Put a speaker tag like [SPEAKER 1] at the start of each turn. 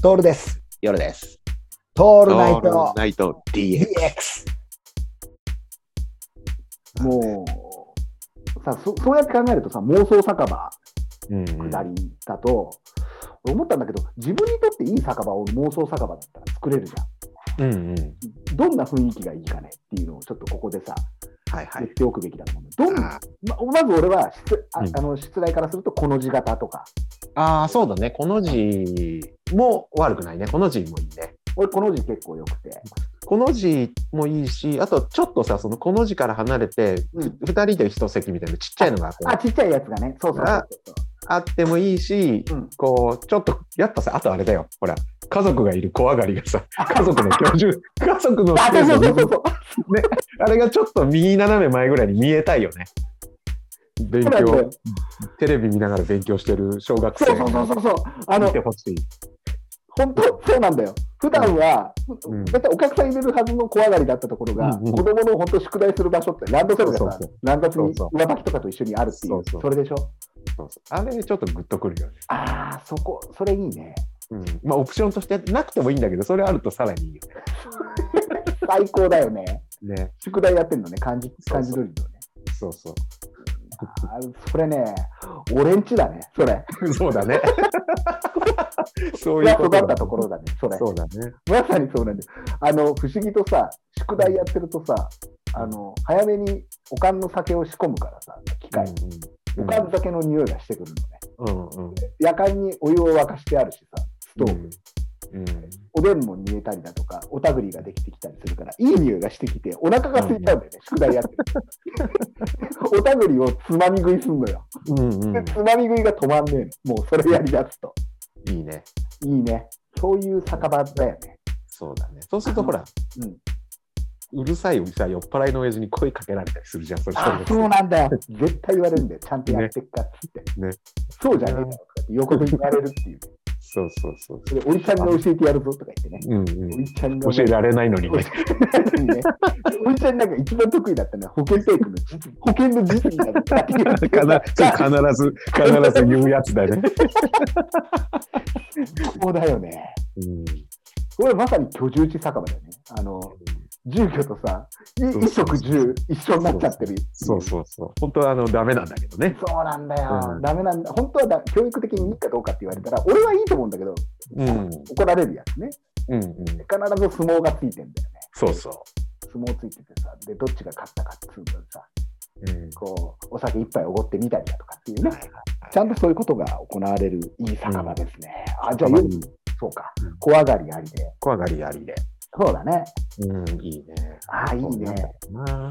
[SPEAKER 1] トールです。
[SPEAKER 2] 夜です。
[SPEAKER 1] ト
[SPEAKER 2] オ
[SPEAKER 1] ールナイト
[SPEAKER 2] ナイト DX。
[SPEAKER 1] DX。
[SPEAKER 3] もう、さそ、そうやって考えるとさ、妄想酒場
[SPEAKER 2] うん
[SPEAKER 3] 下りだと、俺思ったんだけど、自分にとっていい酒場を妄想酒場だったら作れるじゃ
[SPEAKER 2] うんうん。
[SPEAKER 3] ん。どんな雰囲気がいいかねっていうのをちょっとここでさ、
[SPEAKER 2] はいは
[SPEAKER 3] 言っ
[SPEAKER 2] い。
[SPEAKER 3] ておくべきだと思う。どん
[SPEAKER 2] あ
[SPEAKER 3] ままず俺は出あ
[SPEAKER 2] うん
[SPEAKER 3] あの、出題からすると、この字型とか、
[SPEAKER 2] あー、そうだね。この字も悪くないね。この字もいいね。
[SPEAKER 3] 俺、この字結構よくて、
[SPEAKER 2] この字もいいし、あとちょっとさ、そのこの字から離れて、
[SPEAKER 3] うん、
[SPEAKER 2] 二人で一席みたいなちっちゃいのがこう
[SPEAKER 3] あ、ちっちゃいやつがね、そうそうそうそう
[SPEAKER 2] あってもいいし、
[SPEAKER 3] うん
[SPEAKER 2] こう、ちょっと、やっぱさ、あとあれだよ。ほら、家族がいる小上がりがさ、家族の居住、家族の
[SPEAKER 3] あ、
[SPEAKER 2] スペ
[SPEAKER 3] そうそうそう
[SPEAKER 2] ースの
[SPEAKER 3] そう。
[SPEAKER 2] あれがちょっと右斜め前ぐらいに見えたいよね。勉
[SPEAKER 3] そうなんだよ
[SPEAKER 2] 強、テレビ見ながら勉強してる小学
[SPEAKER 3] そう
[SPEAKER 2] 生
[SPEAKER 3] そうそうそう。あ
[SPEAKER 2] 見
[SPEAKER 3] の
[SPEAKER 2] て、ほしい。
[SPEAKER 3] 本当そうなんだよ。普段は、
[SPEAKER 2] うん
[SPEAKER 3] 絶対お客さん入れるはずの小上がりだったところが、
[SPEAKER 2] うんうん
[SPEAKER 3] 子供の本当宿題する場所ってランドセルが
[SPEAKER 2] そう
[SPEAKER 3] さ
[SPEAKER 2] そうそう、
[SPEAKER 3] 乱雑に
[SPEAKER 2] そう
[SPEAKER 3] 上履きとかと一緒にあるってい
[SPEAKER 2] そうう、そう
[SPEAKER 3] それでしょ。
[SPEAKER 2] そうそうあれちょっとグッとくるよね。
[SPEAKER 3] ああ、そこ、それいいね。
[SPEAKER 2] うん、まあオプションとしてなくてもいいんだけど、それあるとさらにいいよ
[SPEAKER 3] 最高だよね。
[SPEAKER 2] ね。ね
[SPEAKER 3] 宿題やってんのね、漢字、
[SPEAKER 2] そう
[SPEAKER 3] 漢
[SPEAKER 2] そう
[SPEAKER 3] 字通りのね。
[SPEAKER 2] そうそ
[SPEAKER 3] あーそれね、俺んちだね、それ。
[SPEAKER 2] う。 そうだね。そう
[SPEAKER 3] 俺
[SPEAKER 2] い
[SPEAKER 3] は
[SPEAKER 2] うこ
[SPEAKER 3] 育
[SPEAKER 2] と
[SPEAKER 3] ったところだね、それ。
[SPEAKER 2] そうだね。
[SPEAKER 3] まさにそうなんです。あの、不思議とさ、宿題やってるとさ、あの、早めにおかんの酒を仕込むからさ、機械に。
[SPEAKER 2] うん
[SPEAKER 3] おかん酒の匂いがしてくるのね。
[SPEAKER 2] うんうん
[SPEAKER 3] 夜間にお湯を沸かしてあるしさ、ストーブ、
[SPEAKER 2] うんうん
[SPEAKER 3] おでんも煮えたりだとか、おたぐりができてきたりするから、いい匂いがしてきて、お腹が空いたんだよね、宿題や ってる。おたぐりをつまみ食いすんのよ。
[SPEAKER 2] うんう
[SPEAKER 3] で
[SPEAKER 2] ん
[SPEAKER 3] つまみ食いが止まんねえの。もうそれやりだすと。
[SPEAKER 2] いいね。
[SPEAKER 3] いいね。そういう酒場だよね。
[SPEAKER 2] そうだね。そうするとほら、
[SPEAKER 3] うん
[SPEAKER 2] うるさいおじさん、酔っ払いの親父に声かけられたりするじゃん、それ
[SPEAKER 3] あ、そうなんだよ。絶対言われるんだよ。ちゃんとやってっかっつって。
[SPEAKER 2] ねね
[SPEAKER 3] そうじゃねえだろとかって横で言われるっていう。
[SPEAKER 2] そうそうそう
[SPEAKER 3] それ、おじちゃんが教えてやるぞとか言ってね。
[SPEAKER 2] うん
[SPEAKER 3] おじちゃん
[SPEAKER 2] う
[SPEAKER 3] が
[SPEAKER 2] ん。教えられないの にね。
[SPEAKER 3] ね、おじちゃんなんか一番得意だったのは保険テイクの実技保険の実技だった
[SPEAKER 2] 必ず、必ず言うやつだね。
[SPEAKER 3] そうだよね
[SPEAKER 2] うん
[SPEAKER 3] これまさに居住地酒場だよねあの住居とさい
[SPEAKER 2] そう
[SPEAKER 3] 一食住一緒になっちゃってる
[SPEAKER 2] そうそうそう。本当はあのダメなんだけどね。
[SPEAKER 3] そうなんだよ、
[SPEAKER 2] うん
[SPEAKER 3] ダメなんだ本当はだ教育的にいいかどうかって言われたら俺はいいと思うんだけど
[SPEAKER 2] うん。
[SPEAKER 3] 怒られるやつね
[SPEAKER 2] うんうん。
[SPEAKER 3] 必ず相撲がついてんだよね
[SPEAKER 2] そうそ
[SPEAKER 3] 相撲ついててさでどっちが勝ったかっつうのでさ
[SPEAKER 2] う。うん。
[SPEAKER 3] こうお酒一杯おごってみたりだとかっていうねちゃんとそういうことが行われるいい酒場ですね。あじゃあ、よそうか
[SPEAKER 2] うん、
[SPEAKER 3] 小上がりありで。
[SPEAKER 2] 怖がりありで。
[SPEAKER 3] そうだね。
[SPEAKER 2] うん、いいね。
[SPEAKER 3] ああ、いいね。
[SPEAKER 2] まあ、